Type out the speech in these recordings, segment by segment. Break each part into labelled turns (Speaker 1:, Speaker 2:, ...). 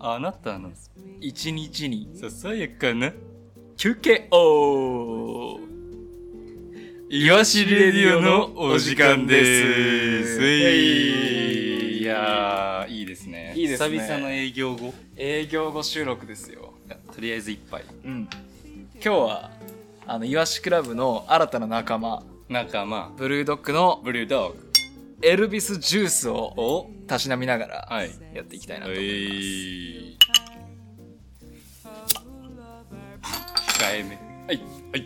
Speaker 1: あなたの
Speaker 2: 一日に
Speaker 1: ささやかな
Speaker 2: 休憩お
Speaker 1: イワシレディオのお時間です。
Speaker 2: えい
Speaker 1: いやー、いいですね。
Speaker 2: いいですね
Speaker 1: 久々の営業後。
Speaker 2: 営業後収録ですよ
Speaker 1: とりあえず一杯。
Speaker 2: うん今日はあのイワシクラブの新たな仲間
Speaker 1: 仲間、
Speaker 2: ブルードッグの
Speaker 1: ブルードッグ
Speaker 2: エルビスジュースを
Speaker 1: を、
Speaker 2: たしなみながら
Speaker 1: はい。
Speaker 2: やっていきたいなと
Speaker 1: え
Speaker 2: 思います、
Speaker 1: い。控えめ。はい。はい。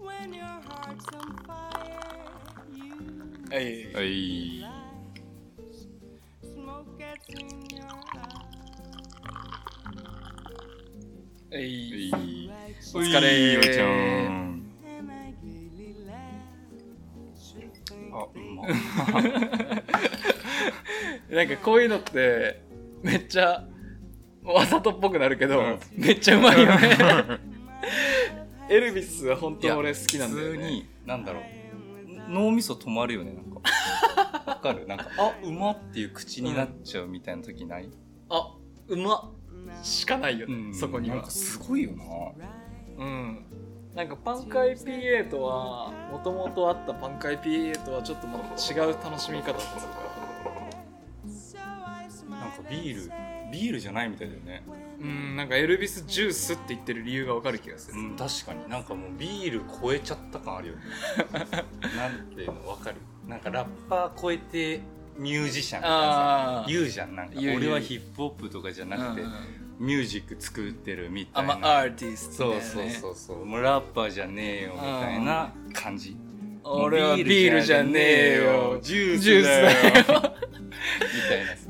Speaker 3: When your heart's on fire, you
Speaker 2: はい
Speaker 1: はい。
Speaker 3: smoke gets in your eyes.
Speaker 2: はい
Speaker 1: はい。
Speaker 2: お
Speaker 1: お
Speaker 2: 疲れ
Speaker 1: いおちゃん。
Speaker 3: And I gaily laugh. Should think
Speaker 1: あ、ま
Speaker 2: なんかこういうのってめっちゃわざとっぽくなるけど、
Speaker 1: うん
Speaker 2: めっちゃうまいよ ね
Speaker 1: あ。
Speaker 2: エルビスは本当俺好きなんだよ、ね、
Speaker 1: 普通になんだろう脳みそ止まるよねなん かわかるなんかあうまっていう口になっちゃうみたいな時ない、
Speaker 2: あうましかないよね、
Speaker 1: うん
Speaker 2: そこに
Speaker 1: なん
Speaker 2: は
Speaker 1: かすごいよな
Speaker 2: うんなんかパンク IPA とはもともとあったパンク IPA とはちょっともう違う楽しみ方っていうか
Speaker 3: so I
Speaker 1: なんか
Speaker 3: smile.
Speaker 1: ビールビールじゃないみたいだよね
Speaker 2: うんなんかエルビスジュースって言ってる理由がわかる気がす
Speaker 1: う
Speaker 2: る、
Speaker 1: ん確かになんかもうビール超えちゃった感あるよ ねなんていうのわかるなんかラッパー超えてミュージシャンとかさ
Speaker 2: あ
Speaker 1: 言うじゃんなんか
Speaker 2: 言う言う
Speaker 1: 俺はヒップホップとかじゃなくて、ミュージック作ってるみた
Speaker 2: あ
Speaker 1: い
Speaker 2: ま
Speaker 1: な
Speaker 2: あアーティスト
Speaker 1: そ
Speaker 2: だ
Speaker 1: う
Speaker 2: よね
Speaker 1: そうそうそう、もうラッパーじゃねえよみたいな感じ
Speaker 2: 俺はビールじゃねえよ
Speaker 1: ジュー
Speaker 2: ジュ
Speaker 1: ス
Speaker 2: ース
Speaker 1: だよ
Speaker 2: だよ
Speaker 1: みたいなさ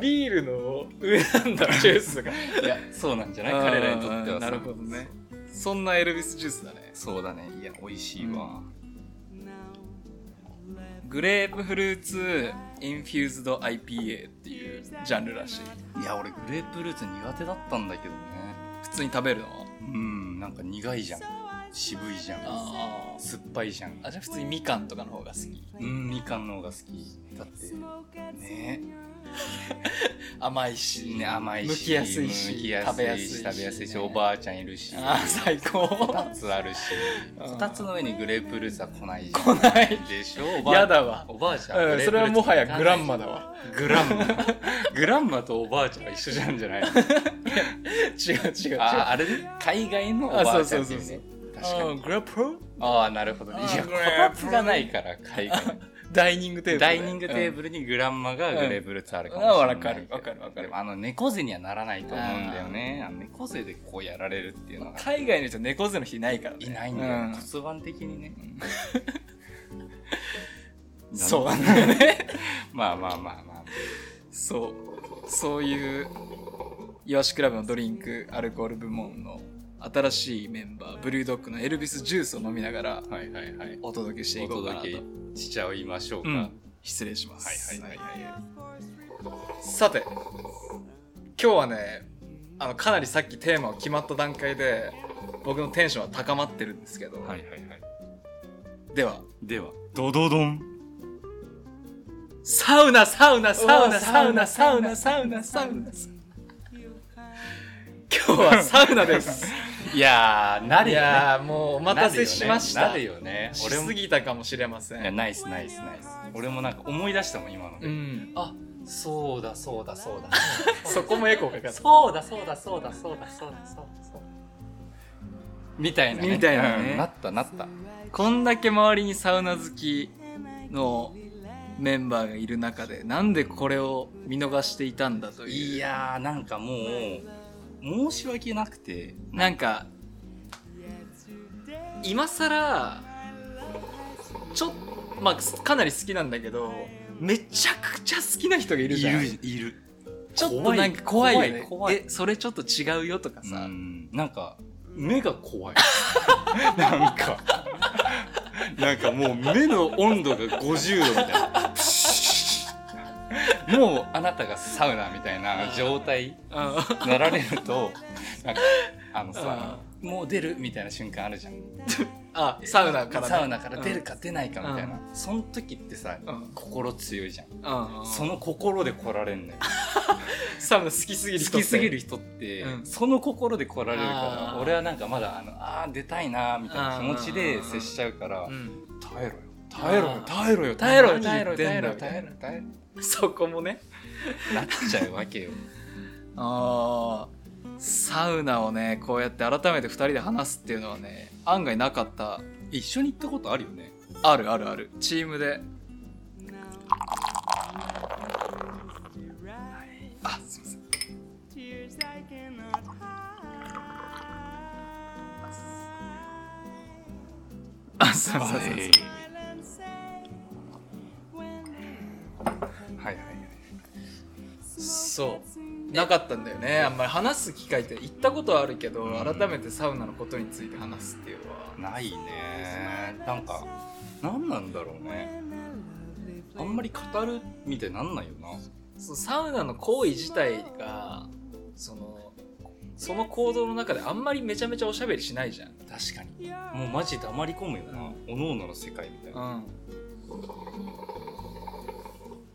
Speaker 2: ビールの上なんだジュー スが
Speaker 1: いやそうなんじゃない彼らにとって
Speaker 2: あー
Speaker 1: はさ
Speaker 2: なるほどねそんなエルビスジュースだね
Speaker 1: そうだねいや美味しいわ、
Speaker 2: グレープフルーツインフューズド IPA っていうジャンルらしい
Speaker 1: いや俺グレープフルーツ苦手だったんだけどね
Speaker 2: 普通に食べるの
Speaker 1: うんなんか苦いじゃん渋いじゃん
Speaker 2: あー
Speaker 1: 酸っぱいじゃん
Speaker 2: あじゃあ普通にみかんとかの方が好き
Speaker 1: うんみかんの方が好きだってね
Speaker 2: 甘いし、
Speaker 1: ね甘いし
Speaker 2: 剥きやすいし
Speaker 1: 剥きやすい
Speaker 2: 食べやすいし
Speaker 1: 食べやすいし
Speaker 2: ね
Speaker 1: おばあちゃんいるし
Speaker 2: あー最
Speaker 1: こた
Speaker 2: 高
Speaker 1: つあるし
Speaker 2: うん
Speaker 1: こたつの上にグレープフルーツは来ないじゃん
Speaker 2: 来ない
Speaker 1: でしょおばあ
Speaker 2: やだわ
Speaker 1: おばあちゃん、
Speaker 2: うんそれはもはやグランマ
Speaker 1: だ
Speaker 2: だわ
Speaker 1: グランマグランマとおばあちゃんは一緒じゃんじゃないの
Speaker 2: 違う違う違う
Speaker 1: ああれね海外のおばあちゃんってい
Speaker 2: あそうそうそううそ
Speaker 1: ね
Speaker 2: う
Speaker 1: 確か
Speaker 2: あー
Speaker 1: に
Speaker 2: グラップロ
Speaker 1: ああなるほどねいや
Speaker 2: あー
Speaker 1: こ
Speaker 2: グレー
Speaker 1: た
Speaker 2: プ
Speaker 1: つがないから海外
Speaker 2: ダイニングテーブル
Speaker 1: ダイニングテー
Speaker 2: ル、
Speaker 1: ブルにグランマがグレープフルーツあるかもし
Speaker 2: うんあ
Speaker 1: れない
Speaker 2: わかるわかるわかる
Speaker 1: でもあの猫背にはならないと思うんだよねあの猫背でこうやられるっていうの
Speaker 2: うん
Speaker 1: が
Speaker 2: 海外の人猫背の人いないから、ね、
Speaker 1: いないんだよ、
Speaker 2: う
Speaker 1: 骨盤的にね
Speaker 2: そうなんだよね
Speaker 1: まあまあまあまあ
Speaker 2: そうそういうイワシクラブのドリンクアルコール部門の新しいメンバーブルードッグのエルビスジュースを飲みながら
Speaker 1: はいはいはい。
Speaker 2: お届けしてい
Speaker 1: お
Speaker 2: こうかなと
Speaker 1: 届けしちゃいましょうか。
Speaker 2: うん、失礼します、
Speaker 1: はいはい
Speaker 2: はいはいさて今日はねあのかなりさっきテーマを決まった段階で僕のテンションは高まってるんですけど、
Speaker 1: はいはいはい。
Speaker 2: では
Speaker 1: では、ドドドン。
Speaker 2: サウナサウナサウ
Speaker 1: おー
Speaker 2: ナサウナサウナサウナサウナ今日はサウナです
Speaker 1: いやー、なる
Speaker 2: い
Speaker 1: よね。
Speaker 2: やーもうお
Speaker 1: お
Speaker 2: 待たせしました
Speaker 1: なるよね。
Speaker 2: し
Speaker 1: 俺も
Speaker 2: す。ぎたかもしれませ
Speaker 1: いや、
Speaker 2: ん
Speaker 1: ナイスナイスナイス。俺もなんか思い出したもん、今の
Speaker 2: う
Speaker 1: で。
Speaker 2: ん
Speaker 1: あ、そうだそうだそう だ。
Speaker 2: そこもエコーかかった
Speaker 1: そうだそうだそうだそうだそうだそうだそうだ。みたいなね。
Speaker 2: みたいなね
Speaker 1: うんなったなった。
Speaker 2: こんだけ周りにサウナ好きのメンバーがいる中でなんでこれを見逃していたんだという
Speaker 1: いやー、なんかもう、申し訳なくて。
Speaker 2: なんか今更ちょっとまあかなり好きなんだけどめちゃくちゃ好きな人がいるじゃん
Speaker 1: いる。
Speaker 2: ちょっとなんか怖いよね
Speaker 1: 怖い怖い
Speaker 2: えそれちょっと違うよとかさ、
Speaker 1: うんなんか目が怖い なんかなんかもう目の温度が50度みたいなプシュッもうあなたがサウナみたいな状態
Speaker 2: うん
Speaker 1: なられるとなんかあのさもう出るみたいな瞬間あるじゃん
Speaker 2: あサウナからね
Speaker 1: サウナから出るか出ないかみたいな、その時ってさ、
Speaker 2: うん
Speaker 1: 心強いじゃん、
Speaker 2: うんうん
Speaker 1: その心で来られんのよ
Speaker 2: サウナ好きすぎる人
Speaker 1: 好きすぎ
Speaker 2: る
Speaker 1: る人って、
Speaker 2: うん
Speaker 1: その心で来られるか
Speaker 2: あ
Speaker 1: ら
Speaker 2: ー
Speaker 1: 俺はなんかまだあのあー出たいなーみたいな気持ちで
Speaker 2: あー
Speaker 1: 接しちゃうから、
Speaker 2: うん
Speaker 1: 耐えろよ耐えろよ
Speaker 2: あー
Speaker 1: 耐えろよ
Speaker 2: 耐えろよ
Speaker 1: 何言ってんだよ
Speaker 2: 耐
Speaker 1: 耐
Speaker 2: え
Speaker 1: え
Speaker 2: ろ
Speaker 1: ろ耐え
Speaker 2: そこもね
Speaker 1: ろなっちゃうわけよ
Speaker 2: あーサウナをねこうやって改めて2人で話すっていうのはね案外なかった
Speaker 1: 一緒に行ったことあるよね
Speaker 2: あるあるあるチームであすいません
Speaker 3: Tears I cannot hide.
Speaker 2: あすいませんすいません
Speaker 3: Silence say when the
Speaker 1: はいはいはい
Speaker 2: So,
Speaker 3: smoke gets in
Speaker 2: なかったんだよねあんまり話す機会って行ったことはあるけど
Speaker 1: うん
Speaker 2: 改めてサウナのことについて話すっていうのは
Speaker 1: ないねなんか何なんだろう
Speaker 3: when a
Speaker 1: ね
Speaker 3: lovely
Speaker 1: あんまり語るみたいになんないよな
Speaker 2: そのサウナの行為自体がそのその行動の中であんまりめちゃめちゃおしゃべりしないじゃん、
Speaker 1: 確かに
Speaker 3: place.
Speaker 1: もうマジ黙り込むよなおのおのの世界みたいな
Speaker 2: うん、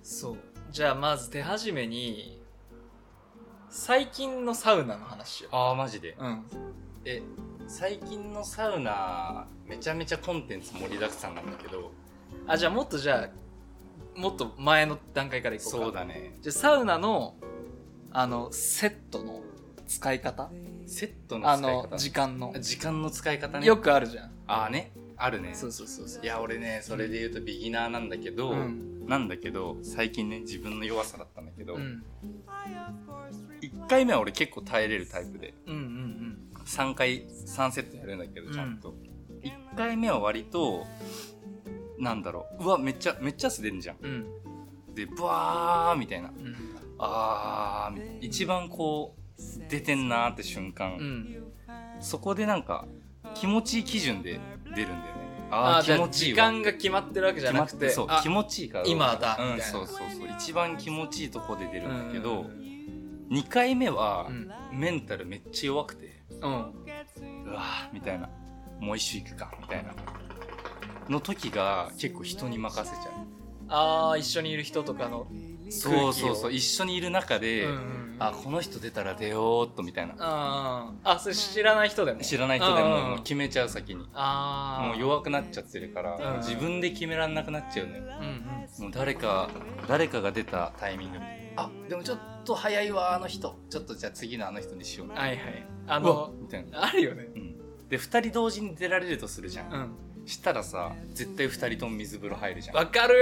Speaker 2: そうじゃあまず手始めに最近のサウナの話しよ
Speaker 1: あーマジで
Speaker 2: ううん
Speaker 1: え最近のサウナめちゃめちゃコンテンツ盛りだくさんなんだけど
Speaker 2: あじゃあもっとじゃあもっと前の段階からいこうか
Speaker 1: そうだね
Speaker 2: じゃあサウナのあのセットの使い方
Speaker 1: セットの
Speaker 2: あ
Speaker 1: 使い
Speaker 2: の
Speaker 1: 方
Speaker 2: 時間の、
Speaker 1: 時間の使い方ね
Speaker 2: よくあるじゃん
Speaker 1: ああねあるね
Speaker 2: そうそうそうそう
Speaker 1: いや俺ねそれで言うとビギナーなんだけど、
Speaker 2: うん
Speaker 1: なんだけど最近ね自分の弱さだったんだけど、
Speaker 2: うん
Speaker 1: 1回目は俺結構耐えれるタイプで
Speaker 2: うんうん
Speaker 1: 3回3セットやるんだけどちゃんと、1回目は割となんだろううわめっちゃめっちゃ汗出んじゃん
Speaker 2: うんうん
Speaker 1: でブワーみたいな
Speaker 2: うん
Speaker 1: あー一番こう出てんなーって瞬間、
Speaker 2: うん
Speaker 1: そこでなんか気持ちいい基準で出るんだよねあ
Speaker 2: あ
Speaker 1: あ
Speaker 2: あじ
Speaker 1: 気
Speaker 2: ゃあ
Speaker 1: 持ちい
Speaker 2: 時
Speaker 1: いわ
Speaker 2: 間が決まってるわけじゃ
Speaker 1: 決
Speaker 2: な
Speaker 1: まっ
Speaker 2: くて
Speaker 1: そう
Speaker 2: あ
Speaker 1: 気持ちいいから
Speaker 2: 今だ
Speaker 1: うん
Speaker 2: みたいな
Speaker 1: そうそうそう一番気持ちいいとこで出るんだけ
Speaker 2: う
Speaker 1: ど、
Speaker 2: ん
Speaker 1: 二2回目は
Speaker 2: うん
Speaker 1: メンタルめっちゃ弱くて
Speaker 2: うん
Speaker 1: うわーみたいなもう一周行くかみたいなの時が結構人に任せちゃう
Speaker 2: ああ一緒にいる人とかの
Speaker 1: そうそうそう
Speaker 2: 空気を
Speaker 1: 一緒にいる中で、
Speaker 2: うん
Speaker 1: あこの人出たら出ようっとみたいな
Speaker 2: あーあそれ知らない人でも
Speaker 1: 知らない人で
Speaker 2: うん
Speaker 1: ももう決めちゃう先に
Speaker 2: ああ
Speaker 1: もう弱くなっちゃってるから、
Speaker 2: うん
Speaker 1: 自分で決めらんなくなっちゃうのよ
Speaker 2: うんうん
Speaker 1: もう誰か誰かが出たタイミングあでもちょっと早いわあの人ちょっとじゃあ次のあの人にしよう
Speaker 2: はいはいあ
Speaker 1: あの
Speaker 2: の
Speaker 1: みたいな、
Speaker 2: あるよね
Speaker 1: うん、で2人同時に出られるとするじゃん、
Speaker 2: うん
Speaker 1: したらさ絶対2人とも水風呂入るじゃ
Speaker 2: わかる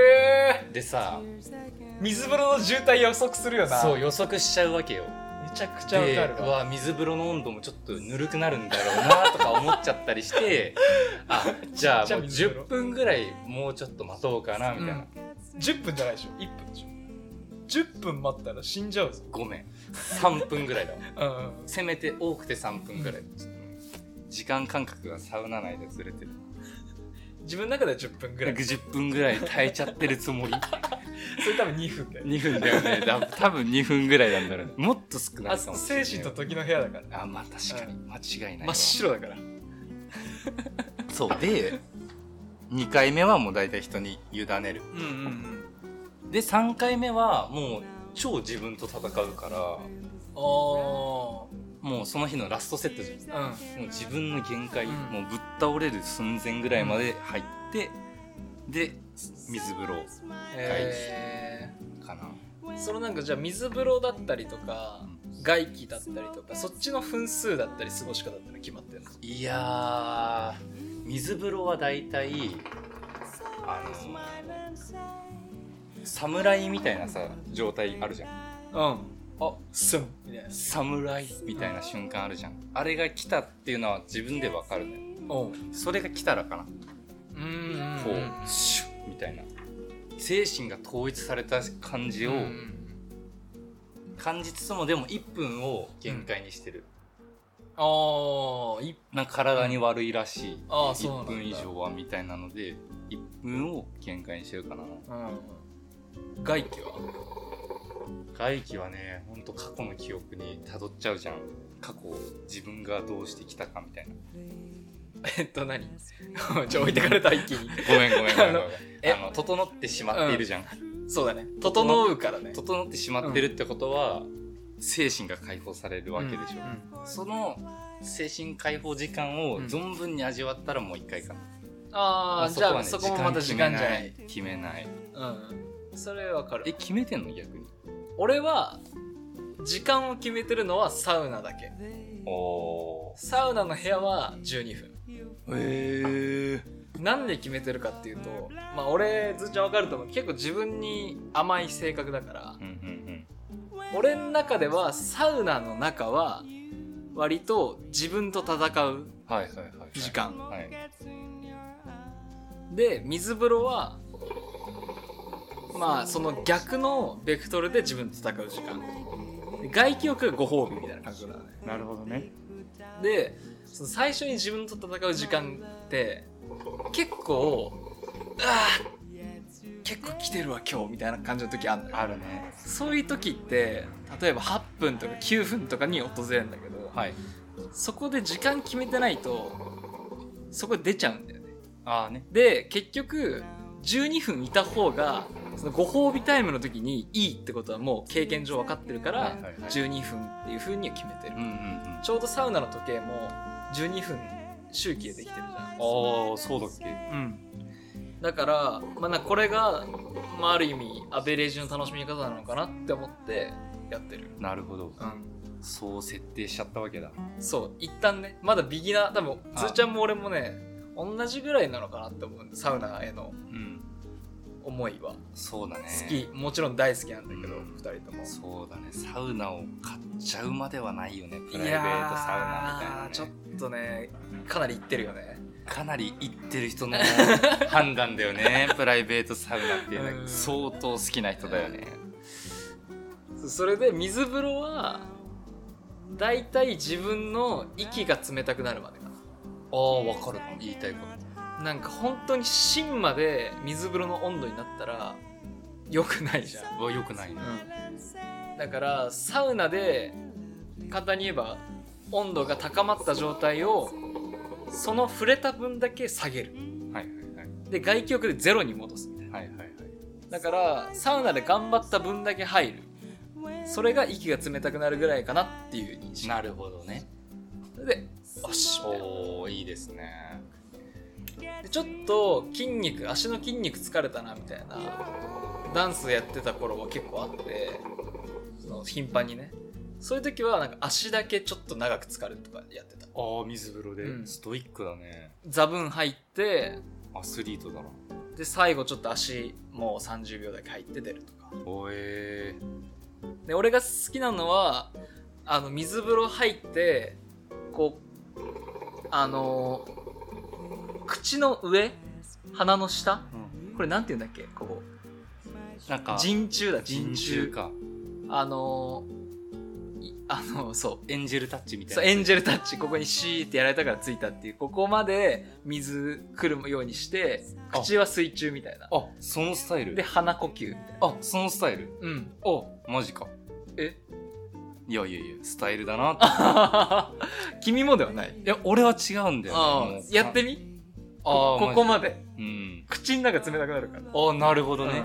Speaker 1: んでさ
Speaker 2: ー水風呂の渋滞予測するよな
Speaker 1: そう予測しちゃうわけよ
Speaker 2: めちゃくちゃわ
Speaker 1: で
Speaker 2: か
Speaker 1: う
Speaker 2: るわ
Speaker 1: わ水風呂の温度もちょっとぬるくなるんだろうなとか思っちゃったりして あじゃあもう
Speaker 2: じゃあ水風呂
Speaker 1: 10分ぐらいもうちょっと待とうかなみたいな、
Speaker 2: うん10分じゃないでしょ1分でしょ10分待ったら死んじゃうぞ
Speaker 1: ごめん3分ぐらいだわ
Speaker 2: うん
Speaker 1: せめて多くて3分ぐらい、時間感覚がサウナ内でずれてる
Speaker 2: 自分の中では10分ぐらい
Speaker 1: 110分ぐらい耐えちゃってるつもり
Speaker 2: それ多分2分だよ
Speaker 1: 2分だよねだ多分2分ぐらいなんだろうねもっと少な
Speaker 2: あ
Speaker 1: いかもしれな
Speaker 2: 精
Speaker 1: い
Speaker 2: 神と時の部屋だから
Speaker 1: あまあ確かに間違いない
Speaker 2: 真
Speaker 1: わ
Speaker 2: っ白だから
Speaker 1: そうで2回目はもう大体人に委ねる
Speaker 2: うんうん
Speaker 1: で3回目はもう超自分と戦うから
Speaker 2: うんお
Speaker 1: もうその日のラストセットじゃん
Speaker 2: ーうん
Speaker 1: もう自分の限界、
Speaker 2: うん
Speaker 1: もうぶっ倒れる寸前ぐらいまで入って、で水風呂
Speaker 2: え
Speaker 1: かな
Speaker 2: ー、そのなんかじゃあ水風呂だったりとか外気だったりとかそっちの分数だったり過ごし方ってのは決まってるの
Speaker 1: いやー水風呂はだいたいあの侍みたいなさ状態あるじゃん
Speaker 2: うんあすんみたいな
Speaker 1: 侍みたいな瞬間あるじゃんあれが来たっていうのは自分でわかるのよ
Speaker 2: おう
Speaker 1: それが来たらかな
Speaker 2: うん
Speaker 1: こうシュッみたいな精神が統一された感じを感じつつもでも1分を限界にしてる、
Speaker 2: ああい
Speaker 1: なんか体に悪いらしい、
Speaker 2: ああそう
Speaker 1: 1
Speaker 2: なんだ
Speaker 1: 分以上はみたいなので1分を限界にしてるかな
Speaker 2: うん外気は
Speaker 1: 外気はねほんと過去の記憶にたどっちゃうじゃん過去自分がどうしてきたかみたいな
Speaker 2: えっと何 じゃあ置いてかれた一気に
Speaker 1: ごめんごめんごめんごめん
Speaker 2: あのえ
Speaker 1: あの整ってしまっているじゃん、
Speaker 2: そうだね整うからね
Speaker 1: 整ってしまってるってことは、精神が解放されるわけでしょ、
Speaker 2: うん
Speaker 1: その精神解放時間を存分に味わったらもう一回かな、
Speaker 2: あ
Speaker 1: ま
Speaker 2: あじゃあそこもまた時間じゃない
Speaker 1: 決めない決めない
Speaker 2: うんそれわ
Speaker 1: え
Speaker 2: かる
Speaker 1: 決めてんの逆に
Speaker 2: 俺は時間を決めてるのはサウナだけ
Speaker 1: おお
Speaker 2: サウナの部屋は12分
Speaker 1: へえ
Speaker 2: なんで決めてるかっていうとまあ俺ずっちゃんわかると思う結構自分に甘い性格だから
Speaker 1: うんうん
Speaker 2: 俺の中ではサウナの中は割と自分と戦う
Speaker 1: うんはいはいはいはい
Speaker 2: 時間
Speaker 1: はい
Speaker 2: で水風呂はまあその逆のベクトルで自分と戦う時間外気浴がご褒美みたいな感覚だね
Speaker 1: なるほどね
Speaker 2: でその最初に自分と戦う時間って結構あー結構来てるわ今日みたいな感じの時あるのよ
Speaker 1: あるね
Speaker 2: そういう時って例えば8分とか9分とかに訪れるんだけど、
Speaker 1: はい
Speaker 2: そこで時間決めてないとそこで出ちゃうんだよね
Speaker 1: ああね
Speaker 2: で結局12分いた方がそのご褒美タイムの時にいいってことはもう経験上分かってるから、
Speaker 1: はいはいはい
Speaker 2: 12分っていう風には決めてる
Speaker 1: うんうんうん
Speaker 2: ちょうどサウナの時計も12分周期でできてるじゃん
Speaker 1: ああそうだっけ
Speaker 2: だから、まあ、なこれが、まあ、ある意味アベレージの楽しみ方なのかなって思ってやってる、
Speaker 1: なるほど
Speaker 2: うん、
Speaker 1: そう設定しちゃったわけだ
Speaker 2: そう一旦ねまだビギナー多分
Speaker 1: あ
Speaker 2: つーちゃんも俺もね同じぐらいなのかなって思うんでサウナへの
Speaker 1: うん
Speaker 2: 思いは
Speaker 1: そうだね
Speaker 2: 好きもちろん大好きなんだけど、
Speaker 1: うん
Speaker 2: 二2人とも
Speaker 1: そうだねサウナを買っちゃうまではないよねプライベ
Speaker 2: や
Speaker 1: ートサウナみたいな、ね、
Speaker 2: ちょっとねかなりいってるよね
Speaker 1: かなり行ってる 人の判断だよねプライベートサウナっていうの
Speaker 2: う
Speaker 1: は
Speaker 2: ん
Speaker 1: 相当好きな人だよね
Speaker 2: それで水風呂はだいたい自分の息が冷たくなるまでかな
Speaker 1: ああ分かる言いたいこ
Speaker 2: なんか本当に芯まで水風呂の温度になったら良くないじゃん、
Speaker 1: とはよくないね
Speaker 2: だからサウナで簡単に言えば温度が高まった状態をその触れた分だけ下げる
Speaker 1: はい
Speaker 2: で外気浴でゼロに戻すみたい
Speaker 1: はいはいはいはいはい
Speaker 2: なだからサウナで頑張った分だけ入るそれが息が冷たくなるぐらいかなっていう認識
Speaker 1: なるほどね
Speaker 2: でよしみたいな
Speaker 1: おおいいですね
Speaker 2: でちょっと筋肉足の筋肉疲れたなみたいなダンスやってた頃は結構あってその頻繁にねそういう時はなんか足だけちょっと長く疲れるとかやってた
Speaker 1: ああ水風呂で、
Speaker 2: うん
Speaker 1: ストイックだね
Speaker 2: 座分入って
Speaker 1: アスリートだな
Speaker 2: で最後ちょっと足もう30秒だけ入って出るとか
Speaker 1: おえ
Speaker 2: で俺が好きなのはあの水風呂入ってこうあの口の上鼻の下
Speaker 1: うん、
Speaker 2: これなんて言うんだっけここ
Speaker 1: なんか
Speaker 2: 陣中だ
Speaker 1: 人中か
Speaker 2: あのーいあのそ
Speaker 1: エンジェルタッチみ
Speaker 2: う
Speaker 1: たい
Speaker 2: そ
Speaker 1: な
Speaker 2: うエンジェルタッチここにシーってやられたからついたっていうここまで水来るようにして
Speaker 1: あ
Speaker 2: 口は水中みたいな
Speaker 1: あそのスタイル
Speaker 2: で鼻呼吸みたいな
Speaker 1: あそのスタイル
Speaker 2: うん
Speaker 1: あマジか
Speaker 2: え
Speaker 1: いやいやいやスタイルだなって
Speaker 2: 君もではない
Speaker 1: いや俺は違うんだよ、
Speaker 2: あ
Speaker 1: ね、も
Speaker 2: あ
Speaker 1: う
Speaker 2: やってみ
Speaker 1: あー
Speaker 2: ここ
Speaker 1: マジ
Speaker 2: こまで
Speaker 1: うん
Speaker 2: 口の中冷たくなるから
Speaker 1: ああなるほど
Speaker 2: ね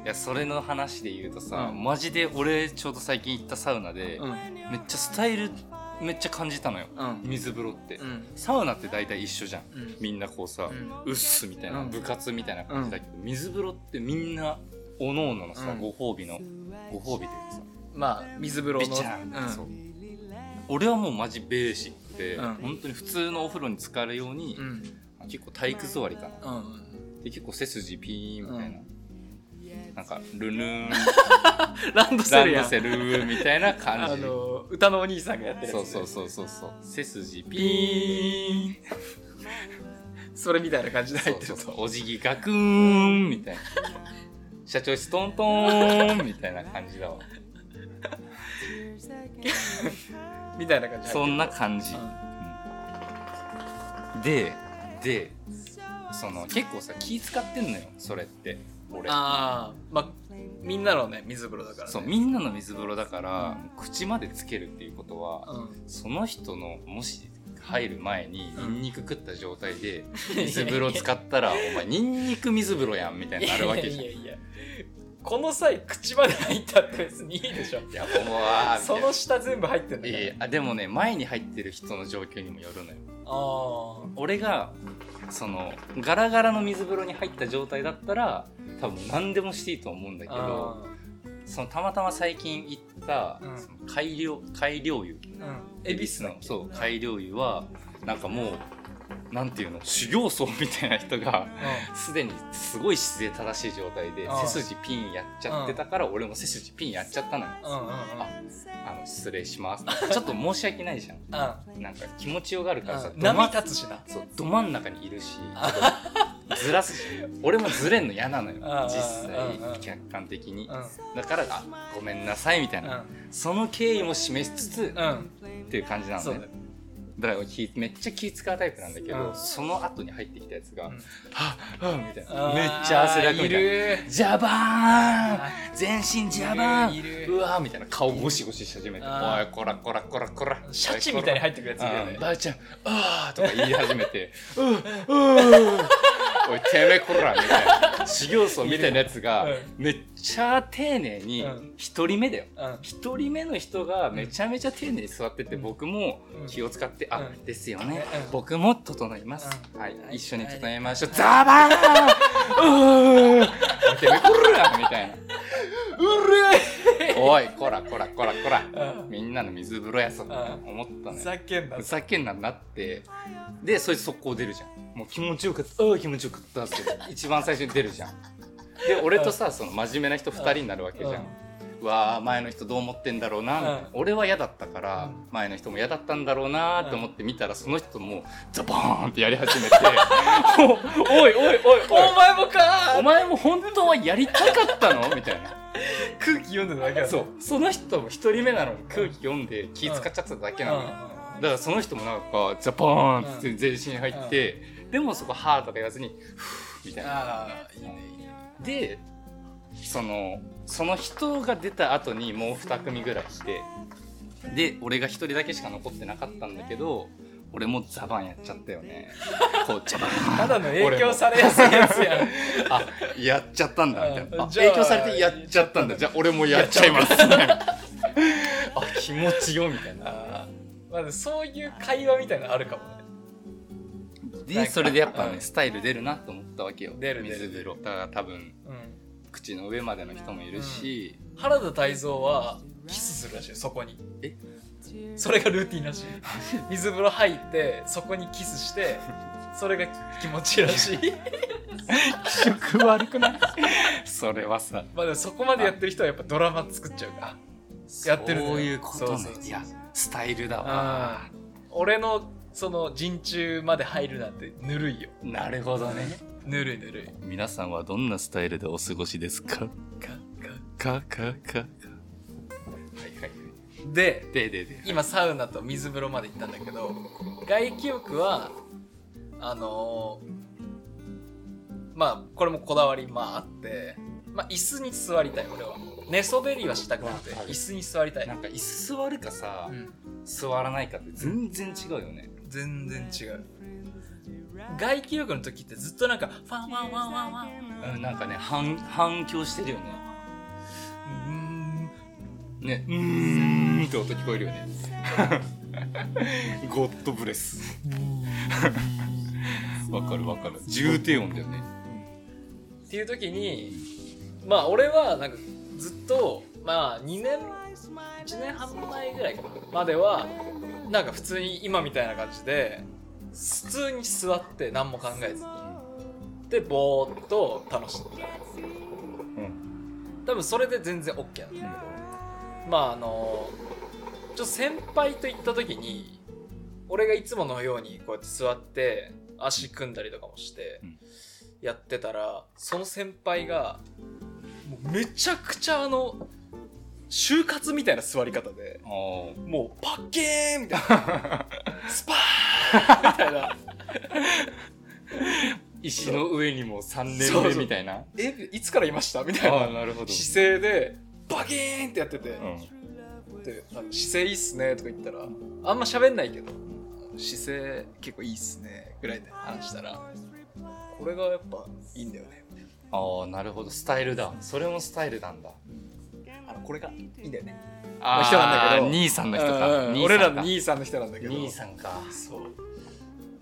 Speaker 1: ね、いやそれの話で言うとさ、
Speaker 2: うん
Speaker 1: マジで俺ちょうど最近行ったサウナで、
Speaker 2: うん
Speaker 1: めっちゃスタイルめっちゃ感じたのよ
Speaker 2: うん
Speaker 1: 水風呂って、
Speaker 2: うん
Speaker 1: サウナって大体一緒じゃん
Speaker 2: うん
Speaker 1: みんなこうさ、
Speaker 2: うん
Speaker 1: うっすみたいな、
Speaker 2: うん
Speaker 1: 部活みたいな感じだけど、水風呂ってみんなおのおののさ、
Speaker 2: うん
Speaker 1: ご褒美のご褒美でさ
Speaker 2: まあ水風呂の
Speaker 1: ビチャン、
Speaker 2: うん
Speaker 1: そう俺はもうマジベーシックで、
Speaker 2: うん
Speaker 1: 本当に普通のお風呂に浸かるように、
Speaker 2: うん
Speaker 1: 結構体育座りかな
Speaker 2: うん
Speaker 1: で結構背筋ピーンみたいな、なんかルル ーン
Speaker 2: ランドセ
Speaker 1: ラ
Speaker 2: ル
Speaker 1: ン
Speaker 2: や
Speaker 1: ド
Speaker 2: ん
Speaker 1: セルみたいな感じ
Speaker 2: あの歌のお兄さんがやってるやつ
Speaker 1: そう
Speaker 2: ね
Speaker 1: そうそうそうそう背筋ピーン
Speaker 2: ピーンそれみたいな感じで入ってる
Speaker 1: そう
Speaker 2: と
Speaker 1: そうそうお辞儀ガクーンみたいな社長室トントーンみたいな感じだわ
Speaker 2: みたいな感じで
Speaker 1: そ
Speaker 2: 入ってる
Speaker 1: んな感じ、うんででその結構さ気使ってんのよそれって俺
Speaker 2: ああまあみんなのね水風呂だから、ね、
Speaker 1: そうみんなの水風呂だから口までつけるっていうことは、
Speaker 2: うん
Speaker 1: その人のもし入る前にニンニク食った状態 で水風呂使ったら「お前ニンニク水風呂やん」みたいになるわけじゃん
Speaker 2: い
Speaker 1: い
Speaker 2: やいやいやこの際口まで入ったって別にいいでしょ
Speaker 1: やもうわーみた
Speaker 2: そ
Speaker 1: いな
Speaker 2: の下全部入ってんだ
Speaker 1: い
Speaker 2: か
Speaker 1: やいやあでもね前に入ってる人の状況にもよるのよ
Speaker 2: らあ
Speaker 1: 俺がそのガラガラの水風呂に入った状態だったら多分何でもしていいと思うんだけ
Speaker 2: あ
Speaker 1: どそのたまたま最近行った、
Speaker 2: うん
Speaker 1: その改良改良湯
Speaker 2: うん
Speaker 1: 恵比寿のそう改良湯はなんかもうなんていうの修行僧みたいな人がすでにすごい姿勢正しい状態で
Speaker 2: あ
Speaker 1: 背筋ピンやっちゃってたから俺も背筋ピンやっちゃったのよ
Speaker 2: うんうんうんうん
Speaker 1: あの失礼しますちょっと申し訳ないじゃん
Speaker 2: う
Speaker 1: なんか気持ちよがるからさ
Speaker 2: ん
Speaker 1: ど
Speaker 2: 波
Speaker 1: ま
Speaker 2: 立つしな
Speaker 1: そうど真ん中にいるし ちょっとずらすし俺もずれんの嫌なのよ
Speaker 2: あ
Speaker 1: 実
Speaker 2: うんう
Speaker 1: 際
Speaker 2: ん
Speaker 1: 客観的に
Speaker 2: うん
Speaker 1: だからあごめんなさいみたいなその経緯も示しつつ
Speaker 2: うん
Speaker 1: っていう感じな
Speaker 2: そ
Speaker 1: の
Speaker 2: うだ
Speaker 1: ね
Speaker 2: ね
Speaker 1: だから俺気めっちゃ気使うタイプなんだけ
Speaker 2: う
Speaker 1: ど
Speaker 2: ん
Speaker 1: その後に入ってきたやつが
Speaker 2: うん
Speaker 1: 「はっはっ」みたいなめっちゃ汗だくみたいな「ジャバ
Speaker 2: あ
Speaker 1: ーン全身ジャバ
Speaker 2: いるい
Speaker 1: ーン
Speaker 2: る
Speaker 1: うわ」みたいな顔ゴシゴシし始めて「
Speaker 2: あ
Speaker 1: おい
Speaker 2: ー
Speaker 1: こらこらこらこら」
Speaker 2: シャチみたいに入ってくるやついるよ
Speaker 1: あ
Speaker 2: ね
Speaker 1: ばあちゃん、あーとか言い始めて、うううおい、てめえこら、みたいな。修行僧みたいなやつが
Speaker 2: うん、
Speaker 1: めっちゃ丁寧に
Speaker 2: うん、
Speaker 1: 一人目だよ。
Speaker 2: うん
Speaker 1: 一人目の人がめちゃめちゃ丁寧に座ってて、
Speaker 2: うん
Speaker 1: 僕も
Speaker 2: うん
Speaker 1: 気を使って、
Speaker 2: う
Speaker 1: あ
Speaker 2: ん、
Speaker 1: ですよね
Speaker 2: う。ん
Speaker 1: 僕も整います。はい
Speaker 2: は、い
Speaker 1: 一緒に整いましょう。ザバーンうーてめえこら、みたいな。
Speaker 2: うるい
Speaker 1: おい、こらこらこらこら。
Speaker 2: うん
Speaker 1: みんなの水風呂やそ、
Speaker 2: ん
Speaker 1: 思った
Speaker 2: ふ
Speaker 1: ね。
Speaker 2: ざけんな
Speaker 1: ふざけんなになってでそいつ速攻出るじゃんもう気持ちよかったああ気持ちよかったって 一番最初に出るじゃんで俺とさその真面目な人2人になるわけじゃんうわあ前の人どう思ってんだろうなみたいな
Speaker 2: うん
Speaker 1: 俺は嫌だったから
Speaker 2: う
Speaker 1: 前の人も嫌だったんだろうなと思って見たらその人もザバーンってやり始め てもうおいおいおい
Speaker 2: お前もか
Speaker 1: おいお前も本当はやりたかったのみたいな
Speaker 2: 空気読んでるだけだ
Speaker 1: そうその人も1人目なのに空気読んで気使っちゃってただけなのよだからその人もなんかザパーンって全身入って、でもそこ「はー」とか言わずに「ふー」みたいな。
Speaker 2: ああいいねいいね
Speaker 1: でそのその人が出た後にもう2組ぐらい来てで俺が1人だけしか残ってなかったんだけど俺もザバンやっちゃったよね。こうザバ ーン
Speaker 2: ただの影響されやすいやつやん
Speaker 1: あやっちゃったんだみたいな
Speaker 2: う
Speaker 1: あ
Speaker 2: んじゃあ
Speaker 1: 影響されてやっちゃったんだじゃあ俺もやっちゃいますあ気持ちよみたいな。
Speaker 2: あーまあでもそういう会話みたいなのあるかもねなん
Speaker 1: で
Speaker 2: か
Speaker 1: それでやっぱね、
Speaker 2: うん
Speaker 1: スタイル出るなと思ったわけよ
Speaker 2: 出る出る
Speaker 1: 水風呂だから多分
Speaker 2: うん
Speaker 1: 口の上までの人もいるし、
Speaker 2: 原田泰造はキスするらしいよそこに
Speaker 1: え
Speaker 2: それがルーティンらしい水風呂入ってそこにキスしてそれが気持ちいいらしい
Speaker 1: 気色悪くないそれはさ
Speaker 2: まあでもそこまでやってる人はやっぱドラマ作っちゃうからやってるのよ
Speaker 1: そういうことね
Speaker 2: そうそうそう
Speaker 1: いやスタイルだわ
Speaker 2: 俺のその陣中まで入るなんてぬるいよ
Speaker 1: なるほどね
Speaker 2: ぬるいぬるい
Speaker 1: 皆さんはどんなスタイルでお過ごしですか
Speaker 2: か
Speaker 1: かか
Speaker 2: か
Speaker 1: かかはいはい
Speaker 2: で
Speaker 1: ででで
Speaker 2: 今サウナと水風呂まで行ったんだけど外気浴はあのーまあこれもこだわりまああって、まあ、椅子に座りたい俺は寝そべりはしたくなくて
Speaker 1: わかる
Speaker 2: 椅子に座りた、
Speaker 1: ないんか椅子座るかさ、
Speaker 2: うん、
Speaker 1: 座らないかって全然違うよね
Speaker 2: 全然違う外気浴の時ってずっとなんかファンファンファンファンファン
Speaker 1: うんなんかね反反響してるよね
Speaker 2: うーん
Speaker 1: ね、うーんって音聞こえるよね。 ゴッドブレス。わかるわかる。重低音だよね。
Speaker 2: っていう時にまあ俺はなんかずっとまあ2年1年半前ぐらいかなまではなんか普通に今みたいな感じで普通に座って何も考えずにでぼーっと楽しんでた
Speaker 1: うん。
Speaker 2: 多分それで全然 OK なんだけどまああのちょっと先輩と行った時に俺がいつものようにこうやって座って足組んだりとかもして
Speaker 1: うん
Speaker 2: やってたらその先輩がもうめちゃくちゃあの就活みたいな座り方で。
Speaker 1: あー
Speaker 2: もうパッケーンみたい なスパーンみたいな
Speaker 1: 石の上にも3年目みたいな。
Speaker 2: えいつからいましたみたい
Speaker 1: ああー、
Speaker 2: な
Speaker 1: なるほど。
Speaker 2: 姿勢でバキーンってやってて、
Speaker 1: うん。
Speaker 2: であの姿勢いいっすねとか言ったらあんま喋んないけど姿勢結構いいっすねぐらいで話したらこれがやっぱいいんだよね
Speaker 1: ああなるほどスタイルだそれもスタイルなんだ
Speaker 2: あのこれがいいんだよね
Speaker 1: あ
Speaker 2: 人なんだけど
Speaker 1: ー兄さんの人か
Speaker 2: うんうん
Speaker 1: 兄さんか
Speaker 2: 俺らの兄さんの人なんだけど
Speaker 1: 兄さんか
Speaker 2: そ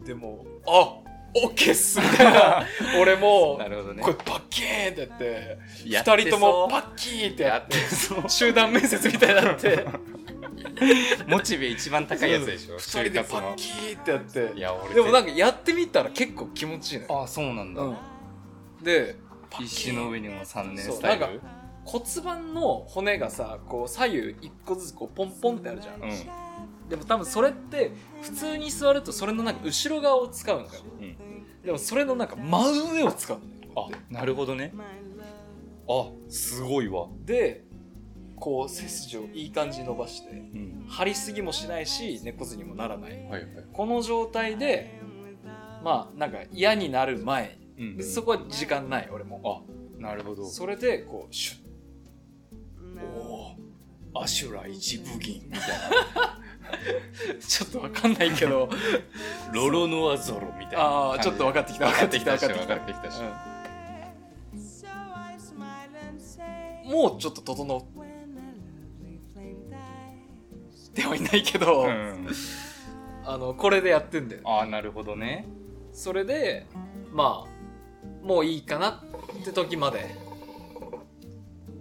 Speaker 2: うでもあオッケーっすみた いな俺も
Speaker 1: なるほどね
Speaker 2: これパッキーンってやって
Speaker 1: や
Speaker 2: 二
Speaker 1: ってそう
Speaker 2: 人ともパッキーンってやって集団面接みたいになって
Speaker 1: モチベ一番高いやつでしょ
Speaker 2: 二人でパッキーンってやって
Speaker 1: いや俺
Speaker 2: でもなんかやってみたら結構気持ちいいのよ
Speaker 1: ああそうなんだ、
Speaker 2: うん、で
Speaker 1: 石の上にも3年
Speaker 2: そう
Speaker 1: スタイル
Speaker 2: なん骨盤の骨がさこう左右一個ずつこうポンポンってあるじゃん、
Speaker 1: うん
Speaker 2: でも多分それって普通に座るとそれのなんか後ろ側を使うんだよ、
Speaker 1: うん
Speaker 2: でもそれのなんか真上を使うんだよ
Speaker 1: あなるほどねあすごいわ、
Speaker 2: でこう背筋をいい感じに伸ばして
Speaker 1: うん、
Speaker 2: 張りすぎもしないし猫背にもならな
Speaker 1: は
Speaker 2: い
Speaker 1: いはい、
Speaker 2: この状態でまあなんか嫌になる前に
Speaker 1: うん
Speaker 2: 別にそこは時間ない俺も
Speaker 1: なるほど
Speaker 2: それでこうシュッおおアシュラ一部銀みたいな ちょっとわかんないけど
Speaker 1: ロロノアゾロみたいな
Speaker 2: ああちょっと分かってきた分かってきた分
Speaker 1: 分
Speaker 2: かってき
Speaker 1: かってきた
Speaker 2: た、
Speaker 1: し
Speaker 2: うんもうちょっと整ってはいないけど、
Speaker 1: うん
Speaker 2: あのこれでやってんだよね
Speaker 1: ああなるほどね
Speaker 2: それでまあもういいかなって時まで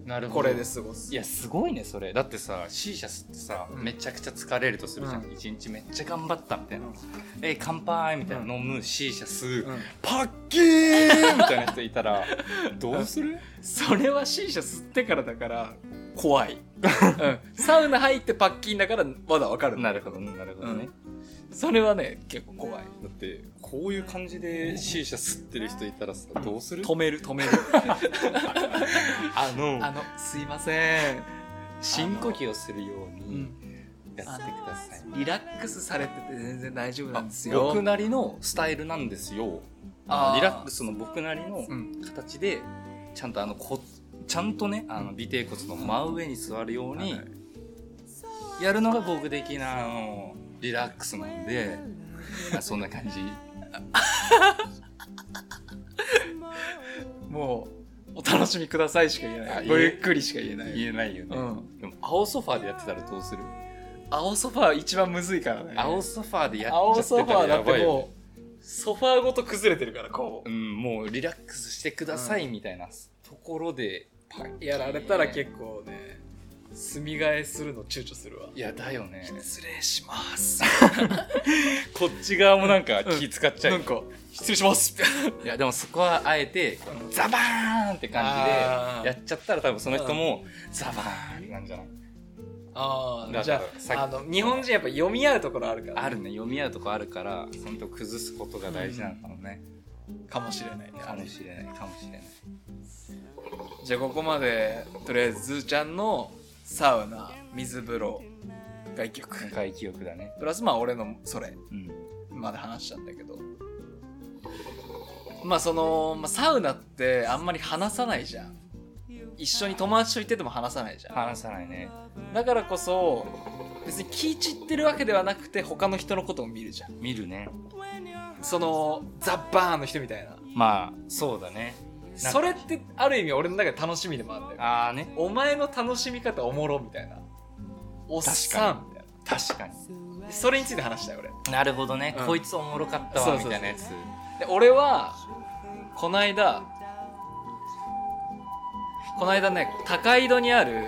Speaker 1: なる
Speaker 2: これで過ごす
Speaker 1: いやすごいねそれだってさ C シャスってさ、
Speaker 2: うん
Speaker 1: めちゃくちゃ疲れるとするじゃん、
Speaker 2: う
Speaker 1: 一日めっちゃ頑張ったみたいな「
Speaker 2: うん
Speaker 1: えー乾杯」みたいな飲む C シャス、
Speaker 2: うん
Speaker 1: パッキーンみたいな人いた らどうする
Speaker 2: それは C 社吸ってからだから怖い、うん、サウナ入ってパッキンだからまだわかる
Speaker 1: なるほどねなるほどね、
Speaker 2: それはね結構怖い
Speaker 1: だってこういう感じで C 社吸ってる人いたらさどうする
Speaker 2: 止める止め る
Speaker 1: あの
Speaker 2: あのすいません、
Speaker 1: 深呼吸をするよう
Speaker 2: う
Speaker 1: に
Speaker 2: ん、
Speaker 1: やってください、
Speaker 2: リラックスされてて全然大丈夫なんですよ
Speaker 1: 僕なりのスタイルなんですよ
Speaker 2: あー
Speaker 1: リラックスの僕なりの
Speaker 2: うん
Speaker 1: 形でちゃんとあのこちゃんとねあの尾てい骨の真上に座るように
Speaker 2: はい
Speaker 1: やるのが僕的なあのリラックスなんでまあそんな感じ
Speaker 2: もうお楽しみくださいしか言えな
Speaker 1: あ
Speaker 2: いごゆっくりしか言えない
Speaker 1: 言えないよね、
Speaker 2: うん
Speaker 1: でも青ソファーでやってたらどうする
Speaker 2: 青ソファー一番むずいからね
Speaker 1: 青ソファーでやっちゃ
Speaker 2: 青
Speaker 1: って
Speaker 2: ソフ
Speaker 1: た
Speaker 2: ァ
Speaker 1: ら
Speaker 2: ーだ
Speaker 1: や
Speaker 2: っ
Speaker 1: ばい
Speaker 2: て
Speaker 1: よね
Speaker 2: もうソファーごと崩れてるからこう
Speaker 1: うん、もうリラックスしてくださいみたいなところでパッ
Speaker 2: やられたら結構ね住み替えするの躊躇するわ
Speaker 1: いやだよね
Speaker 2: 失礼します
Speaker 1: こっち側もなんか気使っちゃう、
Speaker 2: なんか失礼します
Speaker 1: いやでもそこはあえてこのザバーンって感じ
Speaker 2: あー
Speaker 1: でやっちゃったら多分その人もザバーンなんじゃない
Speaker 2: あ
Speaker 1: だから
Speaker 2: あじゃ
Speaker 1: さっき
Speaker 2: ああの日本人やっぱ読み合うところあるから
Speaker 1: あるね読み合うとこあるからその人を崩すことが大事なのかもね、
Speaker 2: かもしれないね
Speaker 1: かもしれないかもしれない
Speaker 2: じゃあここまでとりあえずずーちゃんのサウナ水風呂外局
Speaker 1: 深い記憶だね
Speaker 2: プラスまあ俺のそれ
Speaker 1: うん
Speaker 2: まで話したんだけどまあその、まあ、サウナってあんまり話さないじゃん一緒に友達と行ってても話さないじゃん
Speaker 1: 話さないね
Speaker 2: だからこそ別に気散ってるわけではなくて他の人のことを見るじゃん
Speaker 1: 見るね
Speaker 2: そのザ・バーンの人みたいな
Speaker 1: まあそうだねか
Speaker 2: それってある意味俺の中で楽しみでもあるんだよ
Speaker 1: ああね
Speaker 2: お前の楽しみ方おもろみたいなおっさんみたい
Speaker 1: 確かに
Speaker 2: なそれについて話したよ俺
Speaker 1: なるほどね、
Speaker 2: うん
Speaker 1: こいつおもろかった
Speaker 2: そう
Speaker 1: わ
Speaker 2: そう
Speaker 1: みた
Speaker 2: そう
Speaker 1: いなやつ
Speaker 2: で俺はこの間この間ね高井戸にある